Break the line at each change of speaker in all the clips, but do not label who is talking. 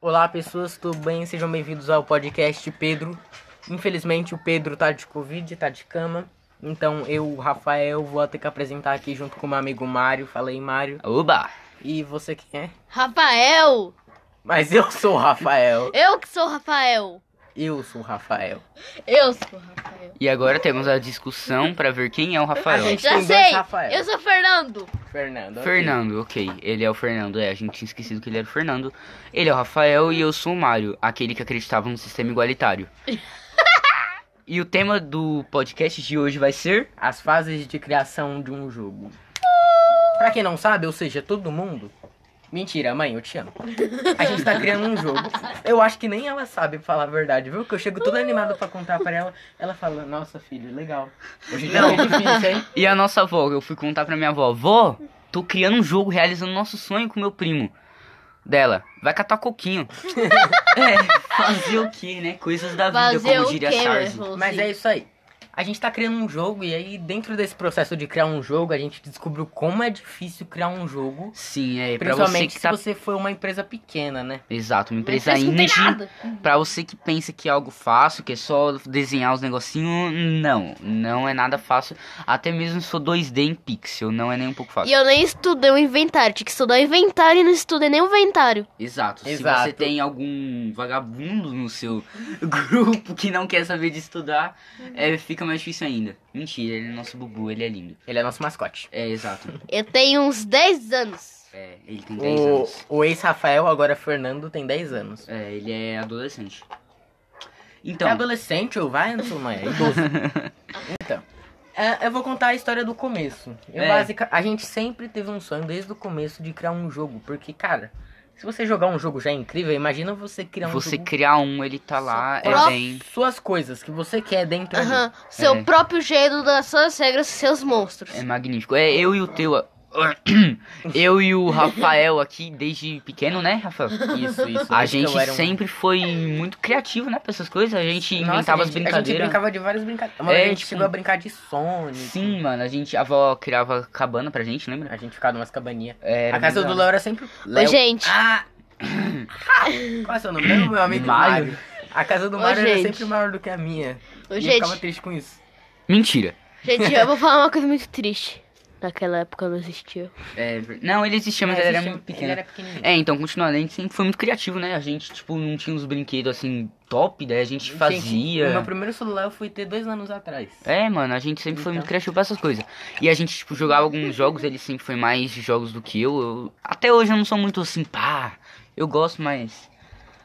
Olá, pessoas, tudo bem? Sejam bem-vindos ao podcast Pedro. Infelizmente, o Pedro tá de Covid, tá de cama. Então, eu, o Rafael, vou ter que apresentar aqui junto com o meu amigo Mário. Falei, Mário.
Oba!
E você quem é?
Rafael!
Mas eu sou o Rafael.
Eu que sou o Rafael!
Eu sou o Rafael.
Eu sou o Rafael.
E agora temos a discussão pra ver quem é o
A
Rafael.
gente
Já
tem dois
sei!
Rafael.
Eu sou o Fernando! tá
Fernando. ok.
Fernando, ok. Ele é o Fernando, é. A gente tinha esquecido que ele era o Fernando. Ele é o Rafael e eu sou o Mário, aquele que acreditava no sistema igualitário. e o tema do podcast de hoje vai ser.
As fases de criação de um jogo. Pra quem não sabe, ou seja, todo mundo. Mentira, mãe, eu te amo. A gente tá criando um jogo. Eu acho que nem ela sabe falar a verdade, viu? Que eu chego toda animada pra contar pra ela. Ela fala, nossa, filho, legal. Hoje tá
Não.
difícil, hein?
E a nossa avó, eu fui contar pra minha avó: Vó, tô criando um jogo realizando nosso sonho com meu primo. Dela, vai catar coquinho. é, fazer o que, né? Coisas da vida,
Fazer
como
o
diria
quê, meu
Charles.
irmão?
Mas
Sim.
é isso aí. A gente tá criando um jogo e aí dentro desse processo de criar um jogo, a gente descobriu como é difícil criar um jogo.
Sim, é. Pra você
Principalmente
que tá.
se você for uma empresa pequena, né?
Exato, uma
Não
empresa
fez com
indie.
nada.
Pra você que pensa que é algo fácil, que é só desenhar os negocinhos, não, não é nada fácil. Até mesmo se for 2D em pixel, não é nem um pouco
E
fácil.
eu nem estudei o inventário, tinha que estudar o inventário e não estudei nem o inventário.
Exato.
Exato.
Se você tem algum vagabundo no seu grupo que não quer saber de estudar, é, fica mais difícil ainda. Mentira, ele é nosso bubu, ele é lindo.
Ele é nosso mascote.
É, exato.
Eu tenho uns 10 anos.
É, ele tem 10
O,
anos.
o ex-Rafael, agora Fernando, tem 10 anos.
É, ele é adolescente.
É
Então,
adolescente, ou vai, não sou mãe, é idoso. então, é, eu vou contar a história do começo. Eu,
É.
basica- a gente sempre teve um sonho desde o começo de criar um jogo, porque, cara, se você jogar um jogo já é incrível, imagina você criar um
você
jogo
criar um, ele tá lá,
é Só-
é bem.
suas coisas que você quer dentro
Aham.
ali.
Seu
É.
próprio jeito, das suas regras, seus monstros.
É magnífico. É eu e o teu. a- Eu e o Rafael aqui desde pequeno, né, Rafael?
Isso, isso.
A
Desde que
gente
eu era um-
sempre foi muito criativo, né, pra essas coisas. A gente
Nossa, a
inventava as
gente- A gente
brincadeiras.
brincava de várias brincadeiras. Uma
É,
vez a gente
tipo-
chegou a brincar de Sonic.
Sim, mano, a gente. A avó criava cabana pra gente, lembra?
A gente ficava numas cabaninhas.
É,
A casa do Léo era sempre.
Ô,
Léo.
gente,
Ah! Qual é seu nome? Não, meu amigo
Mário.
Mário. A casa do
Ô,
Mário era
gente.
sempre maior do que a minha. e
ô,
eu ficava
gente,
triste com isso.
Mentira.
gente, eu vou falar uma coisa muito triste. Naquela época não existia.
É, ver- não, ele existia, mas ele era muito pequeno.
era pequenininho.
É, então, continuando, a gente sempre foi muito criativo, né? A gente, tipo, não tinha uns brinquedos assim top, daí a gente fazia.
meu primeiro celular eu fui ter dois anos atrás.
É, mano, a gente sempre foi muito
Então.
criativo pra essas coisas. E a gente, tipo, jogava alguns jogos, ele sempre foi mais de jogos do que eu. eu- Até hoje eu não sou muito assim, pá, eu gosto, mas.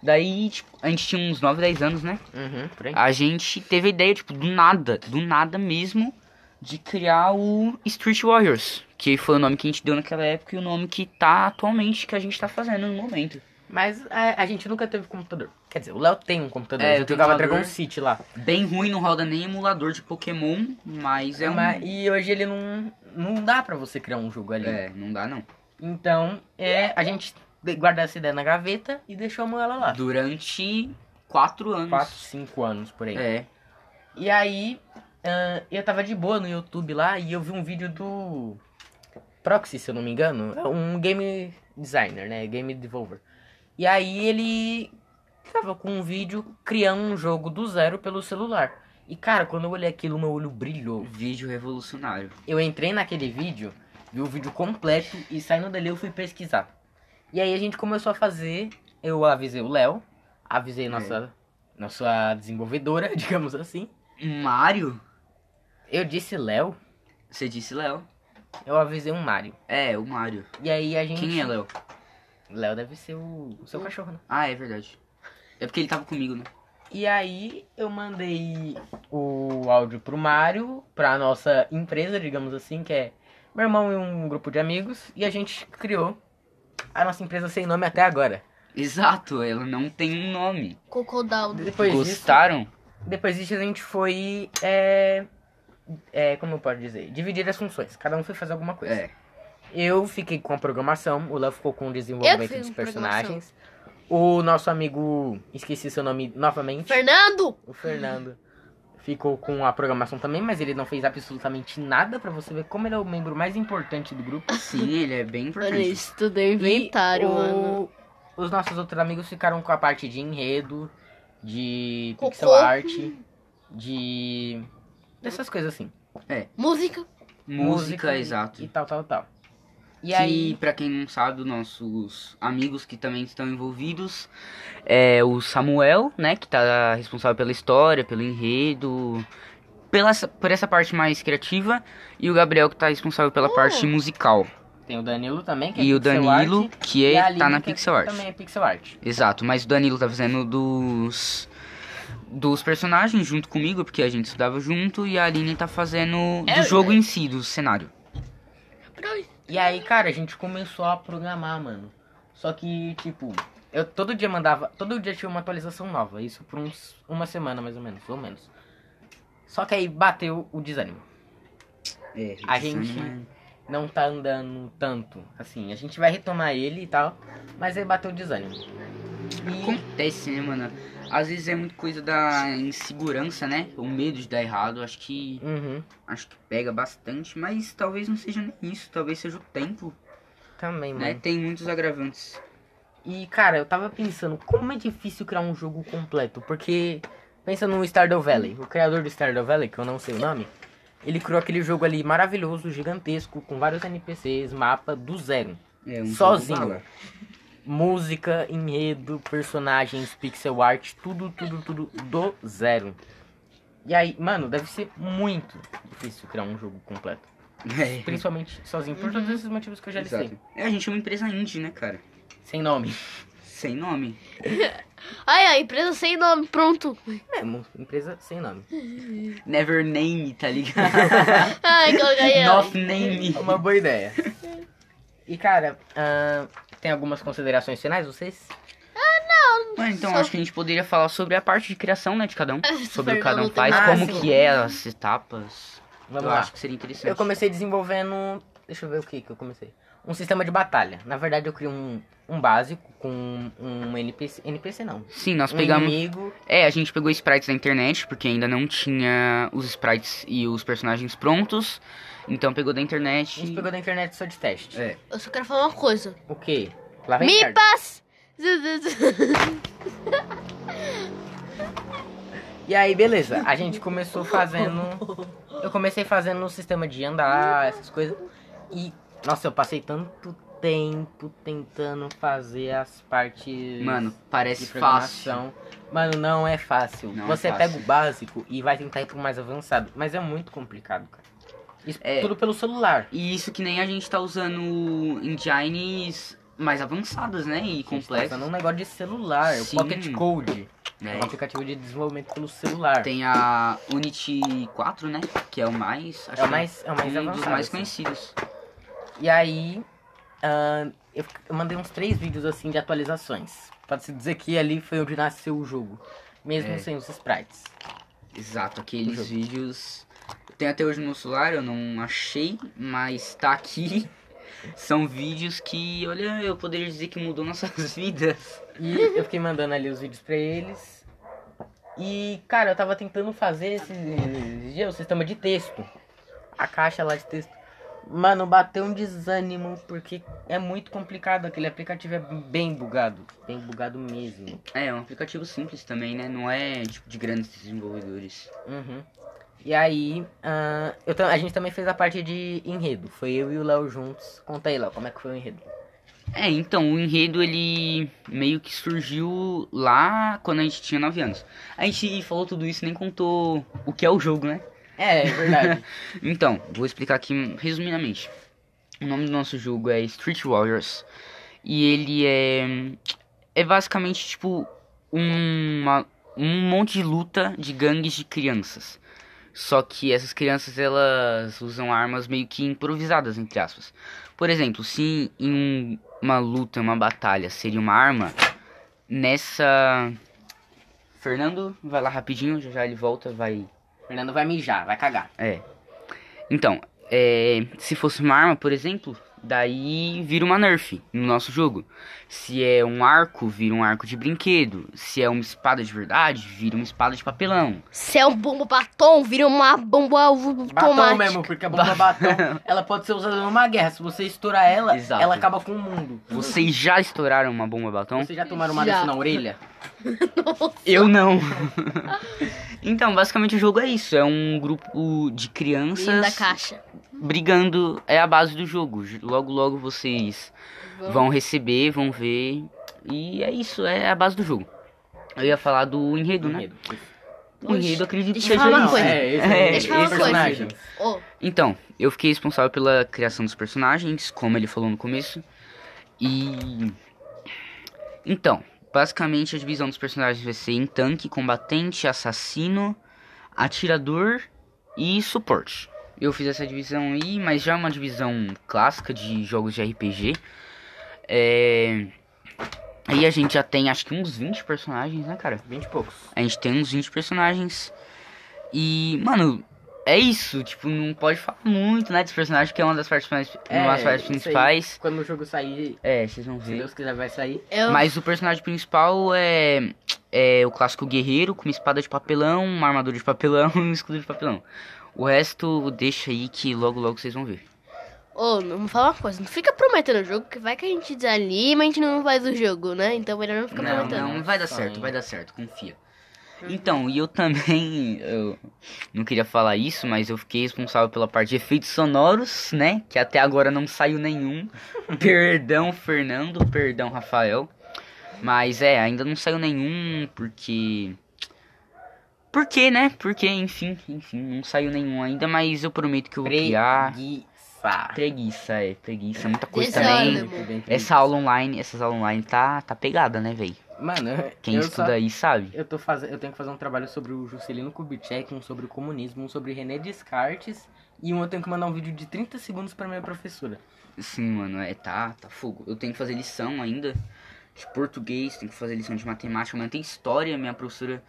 Daí, tipo, a gente tinha uns 9, 10 anos, né?
Uhum, por aí.
A gente teve a ideia, tipo, do nada, do nada mesmo, de criar o Street Warriors. Que foi o nome que a gente deu naquela época e o nome que tá atualmente, que a gente tá fazendo no momento.
Mas é, a, a gente nunca teve computador. Quer dizer, o Léo tem um computador.
É,
a
eu
gente
tenho
jogava
computador.
Dragon City lá.
Bem ruim, não roda nem emulador de Pokémon, mas é um...
Mas- e hoje ele não, não dá pra você criar um jogo ali.
É, não dá não.
Então, é, a gente de- guardou essa ideia na gaveta e deixamos ela lá.
Durante quatro anos.
4, 5 anos por aí.
É.
E aí, ahn, eu tava de boa no YouTube lá e eu vi um vídeo do Proxy, se eu não me engano. É um game designer, né? Game developer. E aí ele tava com um vídeo criando um jogo do zero pelo celular. E cara, quando eu olhei aquilo, meu olho brilhou.
Vídeo revolucionário.
Eu entrei naquele vídeo, vi o vídeo completo e saindo dali eu fui pesquisar. E aí a gente começou a fazer, eu avisei o Léo, avisei nossa, nossa desenvolvedora, digamos assim.
Mário?
Eu disse Léo,
Você disse Léo.
eu avisei um Mário.
É, o Mário.
E aí a gente.
Quem é Léo?
Léo deve ser o, o seu cachorro, né?
Ah, é verdade. É porque ele tava comigo, né?
E aí eu mandei o áudio pro Mário, pra nossa empresa, digamos assim, que é meu irmão e um grupo de amigos. E a gente criou a nossa empresa sem nome até agora.
Exato, ela não tem um nome.
Cocodaldo.
Depois disso,
Gostaram?
depois disso a gente foi. É, é, como eu posso dizer? Dividir as funções. Cada um foi fazer alguma coisa.
É.
Eu fiquei com a programação, o Léo ficou com o desenvolvimento
fiz
dos
com
personagens. O nosso amigo, esqueci seu nome novamente,
Fernando!
o Fernando, ficou com a programação também, mas ele não fez absolutamente nada pra você ver como ele é o membro mais importante do grupo.
Sim, ele é bem
Olha, eu
importante.
estudei o inventário,
e
mano.
O, os nossos outros amigos ficaram com a parte de enredo, de
Cocô.
pixel art, de. dessas coisas assim.
Música.
Música, exato.
E tal, tal, tal. E
que,
aí.
pra quem não sabe, os nossos amigos que também estão envolvidos é o Samuel, né? Que tá responsável pela história, pelo enredo, pela, essa- por essa parte mais criativa. E o Gabriel, que tá responsável pela parte musical.
Tem o Danilo também, que é
e o
pixel
Danilo,
art,
que
e
é,
a Aline,
tá na
que é-
Pixel Art.
Também é pixel art.
Exato, mas o Danilo tá fazendo dos. Dos personagens junto comigo, porque a gente estudava junto, e a Aline tá fazendo
É,
do jogo em si, do cenário.
E aí, cara, a gente começou a programar, mano. Só que, tipo, eu todo dia mandava. Todo dia tinha uma atualização nova. Isso por uns uma semana, mais ou menos, ou menos. Só que aí bateu o desânimo.
É,
A gente não tá andando tanto. Assim, a gente vai retomar ele e tal. Mas aí bateu o desânimo. E
Acontece, né, mano? Às vezes é muito coisa da insegurança, né? O medo de dar errado. Acho que.
Uhum.
Acho que pega bastante, mas talvez não seja nem isso. Talvez seja o tempo,
Também, mano.
né? Tem muitos agravantes.
E, cara, eu tava pensando, como é difícil criar um jogo completo? Porque, pensa no Stardew Valley. O criador do Stardew Valley, que eu não sei o nome, ele criou aquele jogo ali maravilhoso, gigantesco, com vários NPCs, mapa, do zero.
É,
Sozinho.
jogo bala.
Música, enredo, personagens, pixel art, tudo, tudo, tudo do zero. E aí, mano, deve ser muito difícil criar um jogo completo.
É.
Principalmente sozinho, por todos esses motivos que eu já listei.
Exato. É, a gente é uma empresa indie, né, cara?
Sem nome.
Sem nome.
Ai, a empresa sem nome, pronto.
Mesmo, empresa sem nome.
Never name, tá ligado?
Ai, Gabriel.
Not name.
É uma boa ideia. E cara, ahn, tem algumas considerações finais, vocês?
Mano, então
Só-
acho que a gente poderia falar sobre a parte de criação, né, de cada um. Sobre o que cada um
Fernando
faz,
tem- Ah,
como
sim.
que é as etapas.
Vamos
eu
lá.
acho que seria interessante.
Eu comecei desenvolvendo. um, Deixa eu ver o que que eu comecei. Um sistema de batalha. Na verdade, eu criei um, um básico com um NPC. NPC não.
Sim, nós
Um
pegamos.
inimigo.
É, a gente pegou sprites da internet, porque ainda não tinha os sprites e os personagens prontos. Então pegou da
A
internet.
gente pegou um da internet só de teste.
É.
Eu só quero falar uma coisa.
O quê?
Tá
Lá vem merda.
Mipas!
E aí, beleza. A gente começou fazendo. Eu comecei fazendo o sistema de andar, essas coisas. E, nossa, eu passei tanto tempo tentando fazer as partes.
Mano,
de
parece fácil.
programação. Mano, não é fácil.
Não é
Você
fácil.
pega o básico e vai tentar ir pro mais avançado. Mas é muito complicado, cara. Isso
É.
tudo pelo celular.
E isso que nem a gente tá usando engines mais avançadas, né? E
Tá
complexas.
usando um negócio de celular. O
Sim.
Pocket Code. É
né?
um aplicativo de desenvolvimento pelo celular.
Tem a Unity 4, né? Que é o mais. acho
É o
que
mais, é o mais
um
avançado.
dos mais
assim.
conhecidos.
E aí, ahn, eu, eu mandei uns três vídeos assim de atualizações. Pode-se dizer que ali foi onde nasceu o jogo. Mesmo
É.
sem os sprites.
Exato, aqueles
Jogo.
vídeos. Eu tenho até hoje no meu celular, eu não achei, mas tá aqui. São vídeos que, olha, eu poderia dizer que mudou nossas vidas.
E eu fiquei mandando ali os vídeos pra eles. E, cara, eu tava tentando fazer esse, esse- o sistema de texto. A caixa lá de texto. Mano, bateu um desânimo, porque é muito complicado. Aquele aplicativo é bem bugado. Bem bugado mesmo.
É, é um aplicativo simples também, né? Não é tipo de grandes desenvolvedores.
Uhum. E aí, ah, eu tam- a gente também fez a parte de enredo. Foi eu e o Léo juntos. Conta aí, Léo, como é que foi o enredo?
É, então, o enredo ele meio que surgiu lá quando a gente tinha 9 anos. A gente falou tudo isso e nem contou o que é o jogo, né?
É, é verdade.
Então, vou explicar aqui resumidamente. O nome do nosso jogo é Street Warriors. E ele é. É basicamente tipo. Uma, um monte de luta de gangues de crianças. Só que essas crianças elas usam armas meio que improvisadas, entre aspas. Por exemplo, se em um- uma luta, uma batalha seria uma arma, nessa. Fernando, vai lá rapidinho, já já ele volta, vai
Fernando vai mijar, vai cagar.
é. Então, é, se fosse uma arma, por exemplo, Daí vira uma nerf no nosso jogo. Se é um arco, vira um arco de brinquedo. Se é uma espada de verdade, vira uma espada de papelão.
Se é um bomba batom, vira uma bomba alvo
Batom
tomate.
mesmo, porque a bomba é batom, ela pode ser usada numa guerra. Se você estourar ela,
Exato.
ela acaba com o mundo.
Vocês já estouraram uma bomba batom?
Vocês já tomaram uma
Já.
dessa na orelha?
Eu não. então, basicamente o jogo é isso. É um grupo de
Menino da
crianças
caixa.
brigando. É a base do jogo. Logo, logo vocês vão receber, vão ver. E é isso, é a base do jogo. Eu ia falar do enredo, né?
Medo.
O enredo acredito que
Deixa eu
seja
falar uma
isso.
coisa.
É, esse,
É,
esse
deixa eu falar uma coisa.
personagem.
Ô,
Então, eu fiquei responsável pela criação dos personagens, como ele falou no começo. E. Então, basicamente a divisão dos personagens vai ser em tanque, combatente, assassino, atirador e suporte. Eu fiz essa divisão aí, mas já é uma divisão clássica de jogos de RPG. É. Aí a gente já tem acho que uns 20 personagens, né, cara?
20 e poucos.
A gente tem uns 20 personagens. E, mano, é isso. Tipo, não pode falar muito, né, dos personagens, que é uma das partes, mais,
É,
uma das partes
isso aí.
principais.
Quando o jogo sair,
É, vocês vão
se
ver.
Deus quiser, vai sair.
eu...
Mas o personagem principal é, é o clássico guerreiro com uma espada de papelão, uma armadura de papelão e um escudo de papelão. O resto deixa aí que logo logo vocês vão ver.
Ô, não vou falar uma coisa, não fica prometendo o jogo, que vai que a gente desanima e a gente não faz o jogo, né? Então melhor não ficar
Não,
prometendo.
não, vai dar
Só
certo,
aí.
vai dar certo, confia. Então, e eu também, eu não queria falar isso, mas eu fiquei responsável pela parte de efeitos sonoros, né? Que até agora não saiu nenhum. perdão, Fernando, perdão, Rafael. Mas é, ainda não saiu nenhum, porque. Porque, né? Porque, enfim, enfim, não saiu nenhum ainda, mas eu prometo que eu vou criar.
Preguiça. é
Preguiça, é, preguiça, muita coisa
Desordem.
também.
Muito bem,
Essa aula online, essas aulas online tá, tá pegada, né, véi?
Mano,
Quem
eu
estuda
só-
aí sabe.
Eu, tô fazendo, eu tenho que fazer um trabalho sobre o Juscelino Kubitschek, um sobre o comunismo, um sobre René Descartes e um eu tenho que mandar um vídeo de 30 segundos pra minha professora.
Sim, mano, é, tá, tá fogo. Eu tenho que fazer lição ainda de português, tenho que fazer lição de matemática, mas tem história, minha professora.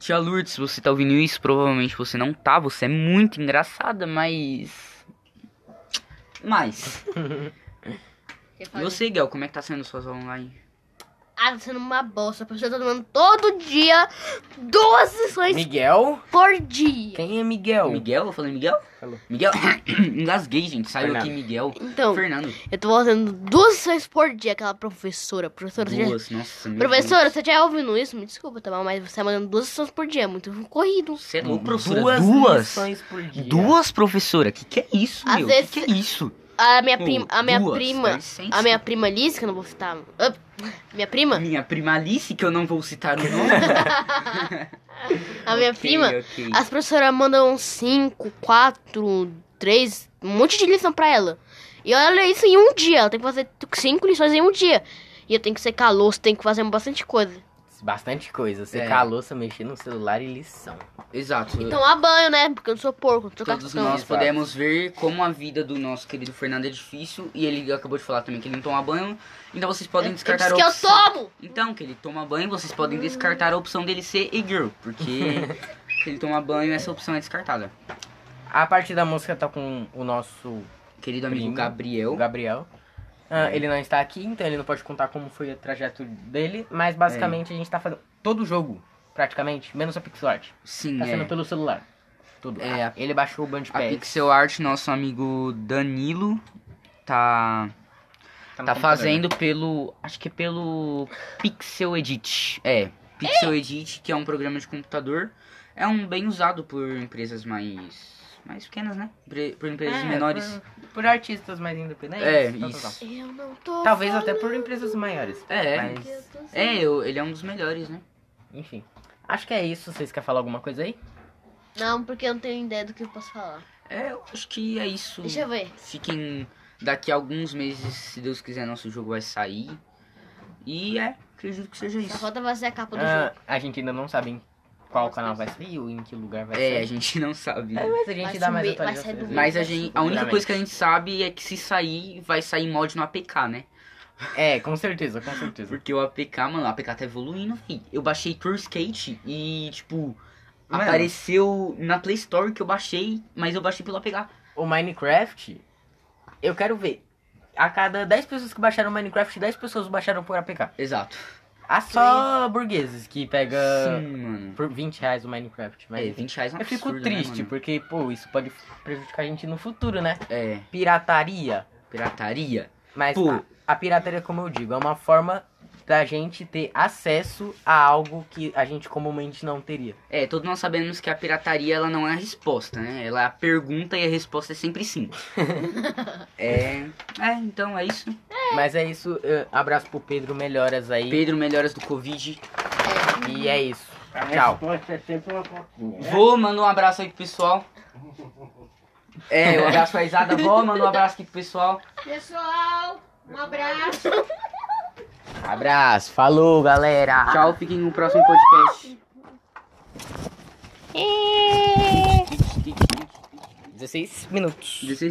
Tia Lourdes, se você tá ouvindo isso, provavelmente você não tá, você é muito engraçada, mas. Mas.
Quer
E
falar?
você, Gel, como é que tá sendo suas aulas online?
Ah, tá sendo uma bosta. A pessoa tá tomando todo dia duas sessões
Miguel?
por dia.
Quem é Miguel?
Miguel? Eu falei Miguel?
Falou.
Miguel? Engasguei, gente. Saiu
Fernando.
aqui Miguel.
Então,
Fernando.
eu tô fazendo duas sessões por dia, aquela professora. Professora, você já...
Duas, nossa, meu
Professora, você já ouvindo isso? Me desculpa, tá bom? Mas você tá mandando duas sessões por dia, é muito corrido.
Deus. Você é louco,
Duas,
professora. Duas?
lições por dia.
Duas, professora? Que que é isso,
Às
meu?
vezes-
Que que é isso?
A minha prima,
Pô,
a minha
duas, dá
prima,
licença.
a minha prima Liz, que eu não vou citar. Ah, Minha prima?
Minha prima Alice, que eu não vou citar o nome.
A
Hum,
minha
Ok,
prima
ok.
As professoras mandam 5, 4, 3, um monte de lição pra ela. E ela lê isso em um dia. Ela tem que fazer 5 lições em um dia. E eu tenho que secar a louça, tenho que fazer bastante coisa.
Bastante coisa. Secar
É.
a louça, mexer no celular e lição.
Exato.
Tomar banho, né? Porque eu não sou porco, não sou
Todos
cascão. É
nós
Exato.
podemos ver como a vida do nosso querido Fernando é difícil. E ele acabou de falar também que ele não toma banho. Então vocês podem
Eu- eu
descartar
É, disse
a
que eu
opção.
tomo!
Então, que ele toma banho, vocês podem descartar a opção dele ser e-girl. Porque se ele toma banho, essa opção é descartada.
A parte da música tá com o nosso
Querido amigo
Primo.
Gabriel.
o Gabriel. Ah,
É.
Ele não está aqui, então ele não pode contar como foi o trajeto dele. Mas
É.
basicamente a gente tá fazendo todo o jogo, praticamente, menos a pixel art.
Sim,
Tá sendo
é.
pelo celular. Tudo. Ah,
É, a-
Ele baixou o
A
Bandpack.
Pixel Art, nosso amigo Danilo, tá
no
Tá
computador.
fazendo pelo. Acho que é pelo Pixel Edit. É. Pixel Edit, que é um programa de computador. É um bem usado por empresas mais. mais pequenas, né? Pre- Por empresas
É,
menores.
Por, por artistas mais independentes.
É,
tal, tal,
isso.
tal.
Eu não tô.
Talvez até por empresas maiores.
É, é.
Mas,
É, eu, ele é um dos melhores, né?
enfim. Acho que é isso. Vocês querem falar alguma coisa aí?
Não, porque eu não tenho ideia do que eu posso falar.
É, eu acho que é isso.
Deixa eu ver.
Fiquem. Daqui a alguns meses, se Deus quiser, nosso jogo vai sair. E é, acredito que seja
Só
isso.
falta fazer a capa do
Ah,
jogo.
a gente ainda não sabe em qual canal vai sair ou em que lugar vai
É, a
sair.
gente não sabe.
É, mas a gente
Vai
dá mais
subir- vai
atualizações. né?
sair do-
Mas a gente. A única
Seguramente.
coisa que a gente sabe é que se sair, vai sair mod no APK, né?
É, com certeza, com certeza.
Porque o APK, mano, o APK tá evoluindo, fi. Eu baixei Tour Skate e, tipo,
Mano.
apareceu na Play Store que eu baixei, mas eu baixei pelo APK.
O Minecraft, eu quero ver a cada 10 pessoas que baixaram Minecraft, 10 pessoas baixaram por APK.
Exato.
Há
é.
só burgueses que pega
Sim, mano.
por 20 reais o Minecraft. Mas
É, 20 reais é um
eu fico
absurdo, né,
triste, tipo,
mano?
porque, pô, isso pode prejudicar a gente no futuro, né?
É,
Pirataria.
pirataria. ah,
Mas
Pô.
a, a pirataria, como eu digo, é uma forma da gente ter acesso a algo que a gente comumente não teria.
É, todos nós sabemos que a pirataria ela não é a resposta, né? Ela é a pergunta e a resposta é sempre sim. é, é, então é isso.
Mas é isso. eh, Abraço pro Pedro, melhoras aí.
Pedro, melhoras do Covid.
E é isso.
A
Tchau.
resposta é sempre uma coquinha.
Vou, manda um abraço aí pro pessoal. É, um abraço pra Isada. Vou, manda um abraço aqui pro pessoal.
É.
Pessoal, um abraço.
Abraço. Falou, galera.
Tchau, fiquem no próximo podcast.
16 minutos.
16